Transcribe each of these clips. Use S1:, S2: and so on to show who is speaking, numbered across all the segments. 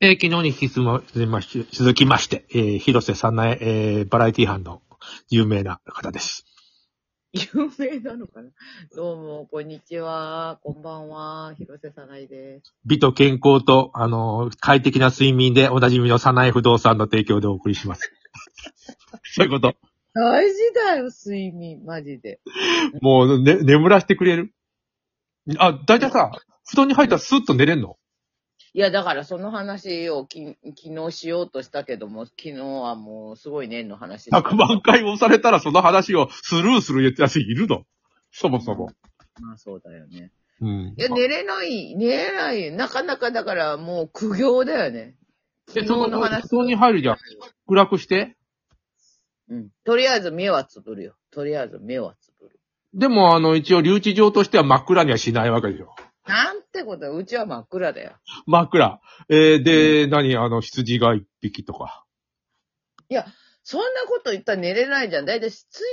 S1: えー昨日に引き続きま続きまして、続きましてえー広瀬さんなえ、えーバラエティ班の有名な方です。
S2: 有名なのかな どうも、こんにちは。こんばんは。広瀬さないです。
S1: 美と健康と、あのー快適な睡眠でおなじみのさない不動産の提供でお送りします。そういうこと。
S2: 大事だよ、睡眠。マジで。
S1: もう、ね、眠らせてくれるあ、だいたいさ、布団に入ったらスッと寝れんの
S2: いや、だからその話をき昨日しようとしたけども、昨日はもうすごい年の話で
S1: ?100 万回押されたらその話をスルーするやついるのそもそも。
S2: まあそうだよね。
S1: うん
S2: い。や、寝れない、寝れない。なかなかだからもう苦行だよね。昨
S1: で、
S2: 日
S1: その
S2: の話
S1: 布。団に入るじゃん。暗くして。
S2: うん。とりあえず目はつぶるよ。とりあえず目はつぶる。
S1: でも、あの、一応、留置場としては真っ暗にはしないわけでしょ。
S2: なんてことだよ。うちは真っ暗だよ。
S1: 真っ暗。えー、で、何、あの、羊が一匹とか。
S2: そんなこと言ったら寝れないじゃん。だいたい羊が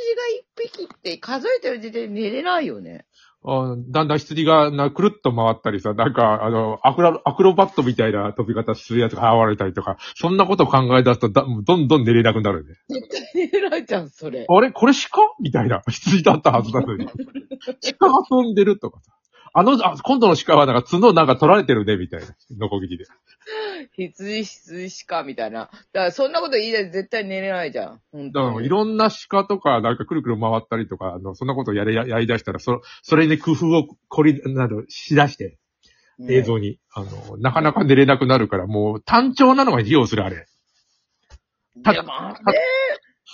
S2: 一匹って数えてる時点で寝れないよね。
S1: あだんだん羊がな、くるっと回ったりさ、なんか、あの、アクラ、アクロバットみたいな飛び方するやつが現れたりとか、そんなことを考え出すと、だどんどん寝れなくなるね。
S2: 絶対寝れないじゃん、それ。
S1: あれこれ鹿みたいな。羊だったはずな のに。鹿が飛んでるとかさ。あの、あ今度の鹿はなんか角なんか取られてるね、みたいな。ノコギリで。
S2: 羊、羊しか、みたいな。だからそんなこと言いたら絶対寝れないじゃん。本
S1: だ
S2: 当
S1: から、い
S2: に。
S1: ろんな鹿とか、なんかくるくる回ったりとか、あの、そんなことやれ、ややり出したら、そ、それに工夫を凝り、など、しだして、
S2: ね
S1: 映像に。あの、なかなか寝れなくなるから、もう、単調なのが利用する、あれ。た
S2: でもあれ、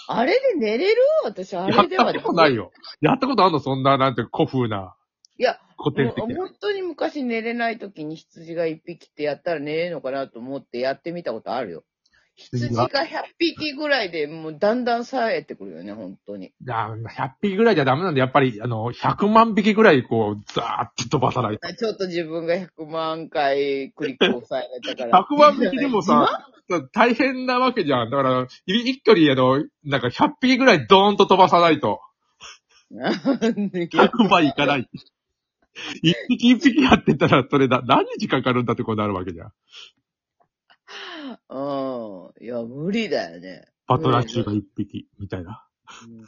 S2: あれで寝れる私、
S1: や
S2: あれ
S1: っ
S2: で
S1: た
S2: は
S1: ことないよ。やったことあるのそんな、なんて、古風な、
S2: いや、
S1: 古典的な。
S2: 本当に昔寝れない時に羊が一匹ってやったら寝れるのかなと思ってやってみたことあるよ。
S1: 羊
S2: 羊
S1: が
S2: が100匹ぐらいでもうだんだん冴えてくるよね、本当に。
S1: あ100匹ぐらいじゃダメなんで、やっぱり、あの、100万匹ぐらい、こう、ザーって飛ばさないと。
S2: ちょっと自分が100万回クリックを抑えられたから。
S1: 100万匹でもさ、大変なわけじゃん。だから、い一挙に、あの、なんか100匹ぐらいドーンと飛ばさないと。
S2: なんで
S1: 100倍いかない。一匹一匹やってたら、それだ、何日かかるんだってことあるわけじゃん。
S2: うん。いや、無理だよね。
S1: パトラッシュが一匹、みたいな。
S2: うん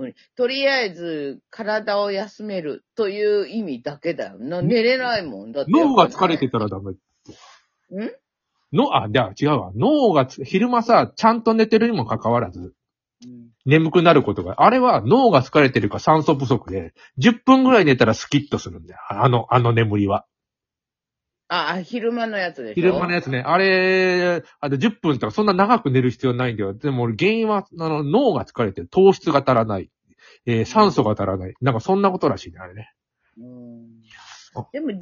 S2: 無理。とりあえず、体を休めるという意味だけだよ。な寝れないもん。だって。
S1: 脳が疲れてたらダメ。んの、あ、じゃあ違うわ。脳がつ、昼間さ、ちゃんと寝てるにもかかわらず、
S2: うん
S1: 眠くなることが、あれは脳が疲れてるか酸素不足で、10分ぐらい寝たらスキッとするんだよ。あの、あの眠りは。
S2: あ、あ昼間のやつでしょ
S1: 昼間のやつね、あれ、あと10分とかそんな長く寝る必要ないんだよ。でも俺原因は、あの、脳が疲れてる。糖質が足らない。えー酸素が足らない。なんかそんなことらしいね、あれね。
S2: うん
S1: あ
S2: でも15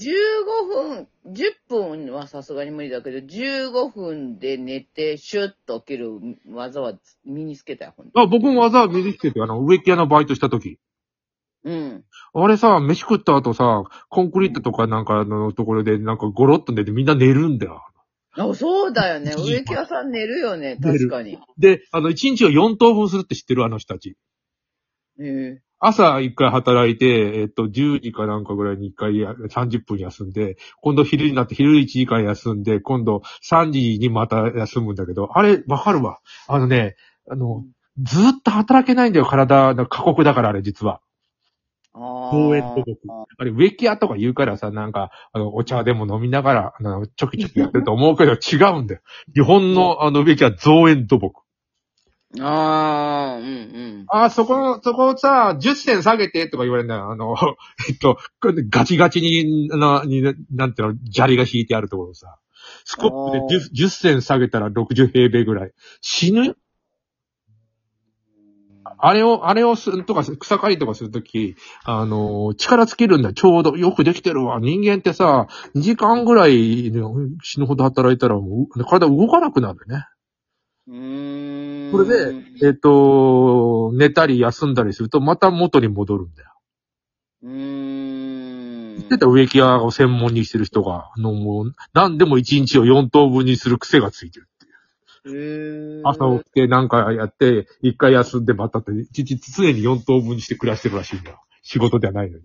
S2: 分、10分はさすがに無理だけど、15分で寝て、シュッと起きる技は身につけたよ、ほんと。
S1: あ、僕もわざわざ見に来てて、あの、植木屋のバイトした時。
S2: うん。
S1: あれさ、飯食った後さ、コンクリートとかなんかのところで、なんかゴロッと寝てみんな寝るんだよ。
S2: あ、そうだよね。
S1: いい
S2: 植木屋さん寝るよね、
S1: 寝る
S2: 確かに。
S1: で、あの、1日を4等分するって知ってるあの人たち。
S2: え
S1: 朝一回働いて、えっと、10時かなんかぐらいに一回や30分休んで、今度昼になって昼1時間休んで、今度3時にまた休むんだけど、あれ、わかるわ。あのね、あの、ずーっと働けないんだよ、体。過酷だから、あれ、実は。
S2: ー、ああ。
S1: 公園と僕。あれ、植木屋とか言うからさ、なんか、あの、お茶でも飲みながら、あの、ちょきちょきやってると思うけど、違うんだよ。日本の、あの、植木屋、造園土木。
S2: ああ、うんうん。
S1: あ、そこの、そこをさ、10銭下げてとか言われるんだよ。あの、 えっと、ガチガチに、な、に、なんていうの、砂利が引いてあるところさ。スコップで 10, 10銭下げたら60平米ぐらい。死ぬあれを、あれをするとか、草刈りとかするとき、あの、力つけるんだよ。ちょうど。よくできてるわ。人間ってさ、2時間ぐらいで死ぬほど働いたらもう、体動かなくなるんだよね。
S2: うーん。
S1: これでえっと、寝たり休んだりすると、また元に戻るんだよ。
S2: うーん。
S1: 言ってた植木屋を専門にしてる人が、あの、もう、何でも1日を4等分にする癖がついてる。
S2: へー
S1: 朝起きて何かやって、1回休んでまたって、一日常に4等分にして暮らしてるらしいんだよ。仕事ではないのに。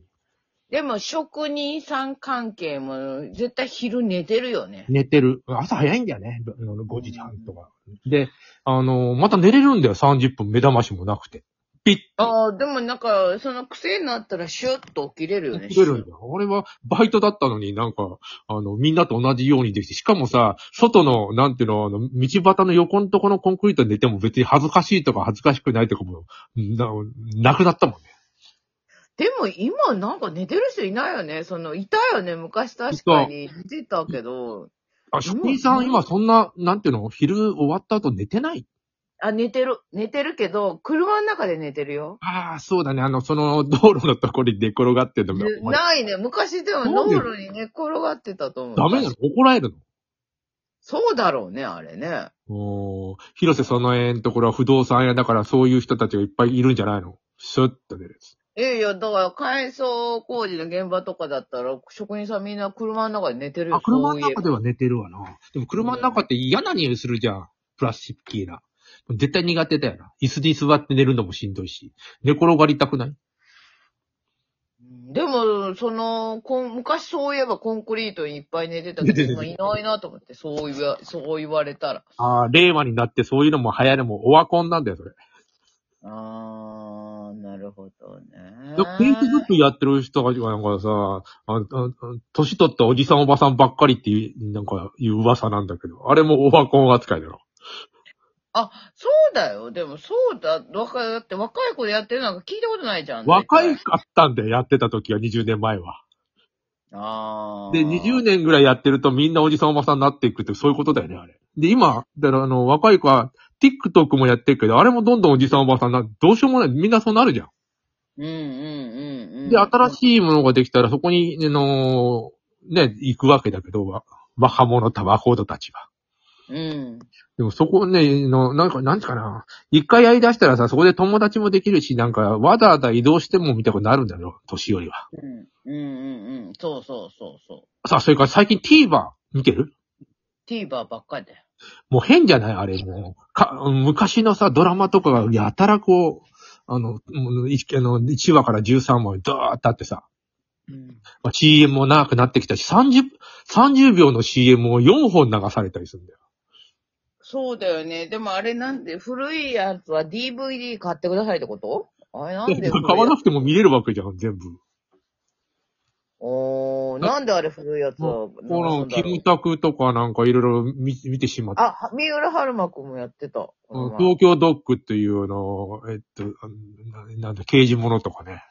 S2: でも職人さん関係も絶対昼寝てるよね。
S1: 寝てる。朝早いんだよね。あの5時半とか。で、あの、また寝れるんだよ。30分目覚ましもなくて。ピッ
S2: ああ、でもなんか、その癖になったらシュッと起きれるよね。
S1: 起きれるんだよ。俺はバイトだったのになんか、あの、みんなと同じようにできて、しかもさ、外の、なんていうの、あの、道端の横のとこのコンクリートに寝ても別に恥ずかしいとか恥ずかしくないとかも、な、なくなったもんね。
S2: でも今なんか寝てる人いないよね。その、いたよね。昔確かに寝てたけど。
S1: あ、職人さん今そんな、なんていうの、昼終わった後寝てない
S2: あ、寝てる。寝てるけど、車の中で寝てるよ。
S1: ああ、そうだね。あの、その道路のところに寝転がってんのが。お前
S2: ないね。昔でも
S1: なん
S2: 道
S1: で
S2: 路に寝転がってたと思う。
S1: ダメなの怒られるの
S2: そうだろうね、あれね。
S1: おー広瀬そのえんところは不動産屋だからそういう人たちがいっぱいいるんじゃないのスッと出るやつ。
S2: いやいや、だから改装工事の現場とかだったら、職人さんみんな車の中で寝てるよ。
S1: あ、車の
S2: そういえ
S1: 中
S2: ば
S1: では寝てるわな。でも車の中って嫌な匂いするじゃん。プラスチック系な。絶対苦手だよな。椅子に座って寝るのもしんどいし。寝転がりたくない
S2: でも、その、こん昔そういえばコンクリートにいっぱい寝てたけど、今いないなと思って、そう言わ、そう言われたら。
S1: ああ、令和になってそういうのも流行るも、オワコンなんだよ、それ。
S2: あー、なるほどね。
S1: でフェイスブックやってる人がなんかさ、あああ年取ったおじさんおばさんばっかりっていう、なんかいう噂なんだけど、あれもオワコン扱いだろ。
S2: そうだよ。でもそうだ。若い、だって若い子でやってるなんか聞いたことないじゃん。
S1: 若い
S2: 絶
S1: かったんだよ、やってた時は20年前は。
S2: 対あー。
S1: で、20年ぐらいやってるとみんなおじさんおばさんになっていくってそういうことだよね、あれ。で、今、だからあの、若い子は TikTok もやってるけど、あれもどんどんおじさんおばさんな、どうしようもない。みんなそうなるじゃ。
S2: うんうんうんうんん。
S1: で、新しいものができたらそこに、あのね、行くわけだけど、わ若者た若者たちは。
S2: うん。
S1: でもそこね、の、なんか、なんつうかな。一回やり出したらさ、そこで友達もできるし、なんか、わざわざ移動してもみたくなるんだよ、年寄りは。
S2: うん。うんうんうん。そうそうそうそう。
S1: さあ、それから最近 TVer 見てる
S2: TVer ばっかりだよ。
S1: もう変じゃないあれ、もう。か、昔のさ、ドラマとかがやたらこう、あの、もういあの1話から13話にダーッとあってさ、
S2: うん。
S1: まあ、CM も長くなってきたし、30、30秒の CM を4本流されたりするんだよ。
S2: そうだよね。でもあれなんで、古いやつは DVD 買ってくださいってことあれなんで古い
S1: 買わなくても見れるわけじゃん、全部。
S2: おー、なんであれ古いやつは
S1: この、キム
S2: う
S1: タクとかなんかいろいろ見見てしまった。
S2: あ、は三浦春馬くんもやってた。
S1: うん
S2: この前
S1: 東京ドックっていうの、えっと、あのななんだ、刑事物とかね。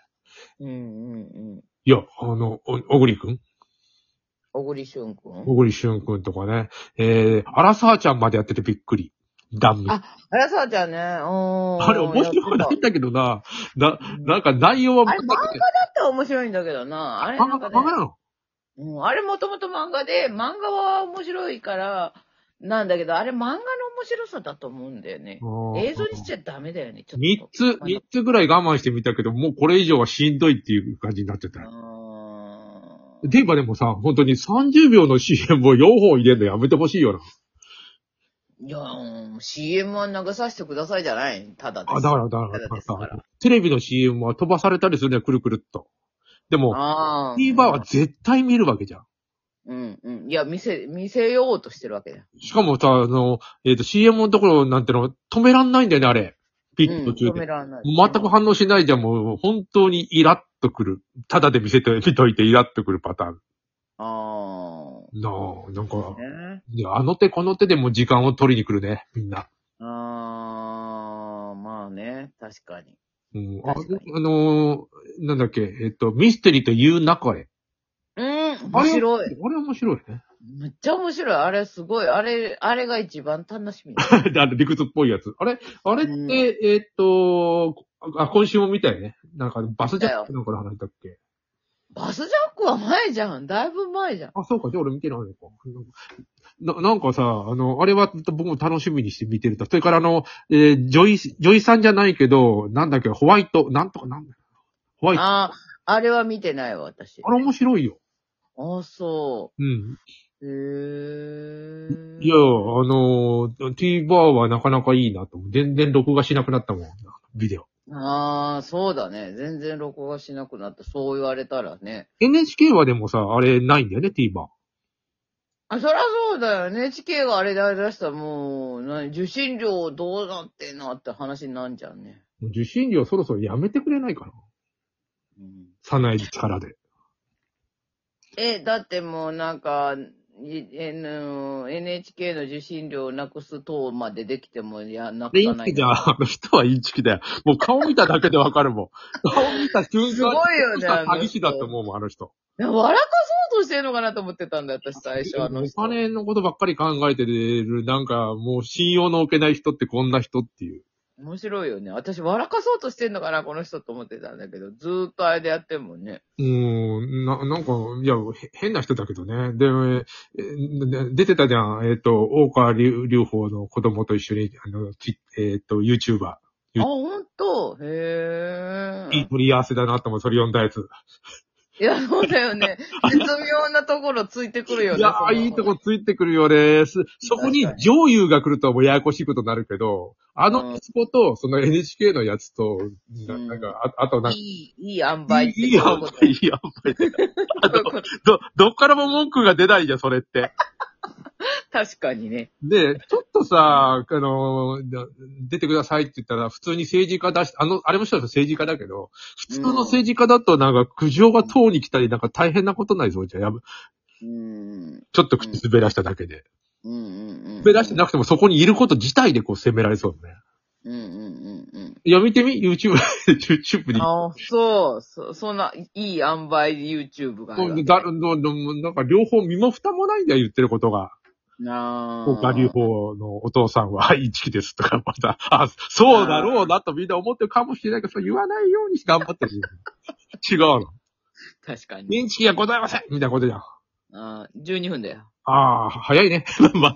S2: うんうんうん。
S1: いや、あの、お小栗くん
S2: 小栗旬くん
S1: 小栗旬くんとかね。えー、アラサーちゃんまでやっててびっくり。ダム。
S2: あ原沢ちゃんね。うーん。
S1: あれ面白くないんだけどな。な、なんか内容は
S2: あれ漫画だったら面白いんだけどな。あれなん
S1: 漫画
S2: かね
S1: 漫画なの
S2: うん、あれもともと漫画で、漫画は面白いから、なんだけど、あれ漫画の面白さだと思うんだよね。映像にしちゃダメだよね、ちょ
S1: 三
S2: っと。
S1: つ、三つぐらい我慢してみたけど、もうこれ以上はしんどいっていう感じになってた。
S2: うーん
S1: デーバでもさ、本当に30秒の CM を4本入れるのやめてほしいよな。
S2: いやー、CM は流させてくださいじゃないただです。
S1: あ、だから、だから、だ
S2: ただ
S1: か
S2: ですからら
S1: さ、テレビの CM は飛ばされたりするね、くるくるっと。でも、
S2: あー
S1: TVer は絶対見るわけじゃん。
S2: うんうん。いや、見せ、見せようとしてるわけだよ。
S1: しかもさ、あの、えっ、と、CM のところなんての、止めらんないんだよね、あれ。ピッ
S2: う
S1: と途
S2: ん、
S1: 中で
S2: 止。められない。
S1: 全く反応しないじゃん、もう、本当にイラッとくる。ただで見せて、見といてイラッとくるパターン。
S2: あ
S1: なあ、なんか
S2: あ。、ね。
S1: いやあの手この手でもう時間を取りに来るね、みんな。
S2: ああ、まあね、確かに。
S1: うん、あ
S2: 確かに
S1: あのーなんだっけ、えっと、ミステリーという中へ。
S2: うん、面白
S1: あ
S2: い。
S1: れあれ面白いね。
S2: めっちゃ面白い。あれすごい。あれ、あれが一番楽 しみ。
S1: であの理屈っぽいやつ。あれあれって、
S2: うん
S1: えっと、あ、今週も見たよね。なんか、バスジャッ
S2: 見
S1: クなんかの話だっけ。
S2: バスジャックは前じゃん。だいぶ前じゃん。
S1: あ、そうか、じゃあ俺見てないのか。ななんかさ、あの、あれは僕も楽しみにして見てると。それからあの、えージョイ、ジョイさんじゃないけど、なんだっけ、ホワイト、なんとかなんだホワイト。あ
S2: ああ、あれは見てないわ、私。
S1: れ面白いよ。
S2: ああ、そ
S1: うん。
S2: う。へえ。
S1: いや、あのー、TVer はなかなかいいなと思う。全然録画しなくなったもん。ビデオ。
S2: ああ、そうだね。全然録画しなくなった。そう言われたらね。
S1: NHK はでもさ、あれないんだよね、TVer。
S2: あ、そりゃそうだよ。NHK があれで出したらもう、な受信料どうなってんのって話になんじゃんね。
S1: 受信料そろそろやめてくれないかな。
S2: うん、
S1: さない力で。
S2: え、だってもうなんか、い N- NHK の受信料をなくす等までできてもやなく
S1: で、イ
S2: さ
S1: ン
S2: な
S1: チ
S2: い
S1: キじゃん、あの人はインチキだよ。もう顔見ただけでわかるもん。顔見た瞬間、
S2: すごいよね
S1: 顔見た詐欺師だと思うもん、あの人。
S2: いや笑かそうとしてんのかなと思ってたんだよ、私最初あの
S1: お
S2: 人。
S1: 金のことばっかり考えてる、なんかもう信用の置けない人ってこんな人っていう。
S2: 面白いよね。私笑かそうとしてんのかな、この人と思ってたんだけど、ずーっとあれでやってんもんね。
S1: うーん、な、なんか、いや、へ変な人だけどね。で、えー出てたじゃん。えっ、と、大川隆隆法の子供と一緒に、あの、ちえっ、と、YouTuber。
S2: あ、
S1: ゆ
S2: ほんとへ
S1: いい
S2: え。
S1: 取り合わせだなと思う、それ読んだやつ。
S2: いや、そうだ よね。絶妙なところついてくるよね。
S1: いや
S2: その
S1: ー、いいとこついてくるよね。すそこに上優が来るともうややこしいことになるけど、あ
S2: う
S1: の
S2: ん
S1: 息子と、その NHK のやつと、な
S2: うん
S1: なんか、ああとなんか、
S2: いい、いい塩梅
S1: い
S2: って
S1: い、いい塩
S2: こううこと
S1: 梅、いい塩梅。あのど、どっからも文句が出ないじゃん、それって。
S2: 確かにね。
S1: で、ちょっとさ、あの、な出てくださいって言ったら、普通に政治家出し、あの、あれも一つの政治家だけど、普通の政治家だとなんか苦情が党に来たり、なんか大変なことないぞ、じゃあやぶ
S2: うん。
S1: ちょっと口滑らしただけで。
S2: うんうんうん。
S1: 滑らしてなくてもそこにいること自体でこう責められそうだね。
S2: うんうんうん
S1: いや、見てみ ?YouTube、YouTube
S2: うん。
S1: に。
S2: あそう、そ、そんな、いい塩梅で YouTube があるわけ。
S1: だののなんか両方身も蓋もないんだよ、言ってることが。
S2: な
S1: 効果流法のお父さんは一期ですとか、また、あ、そうだろうなとみんな思ってるかもしれないけど、そう言わないように頑張ってる。違うの。
S2: 確かに。
S1: 認識がございませんみたいなことじゃん。
S2: あー12分だよ。
S1: ああ、早いね。まあ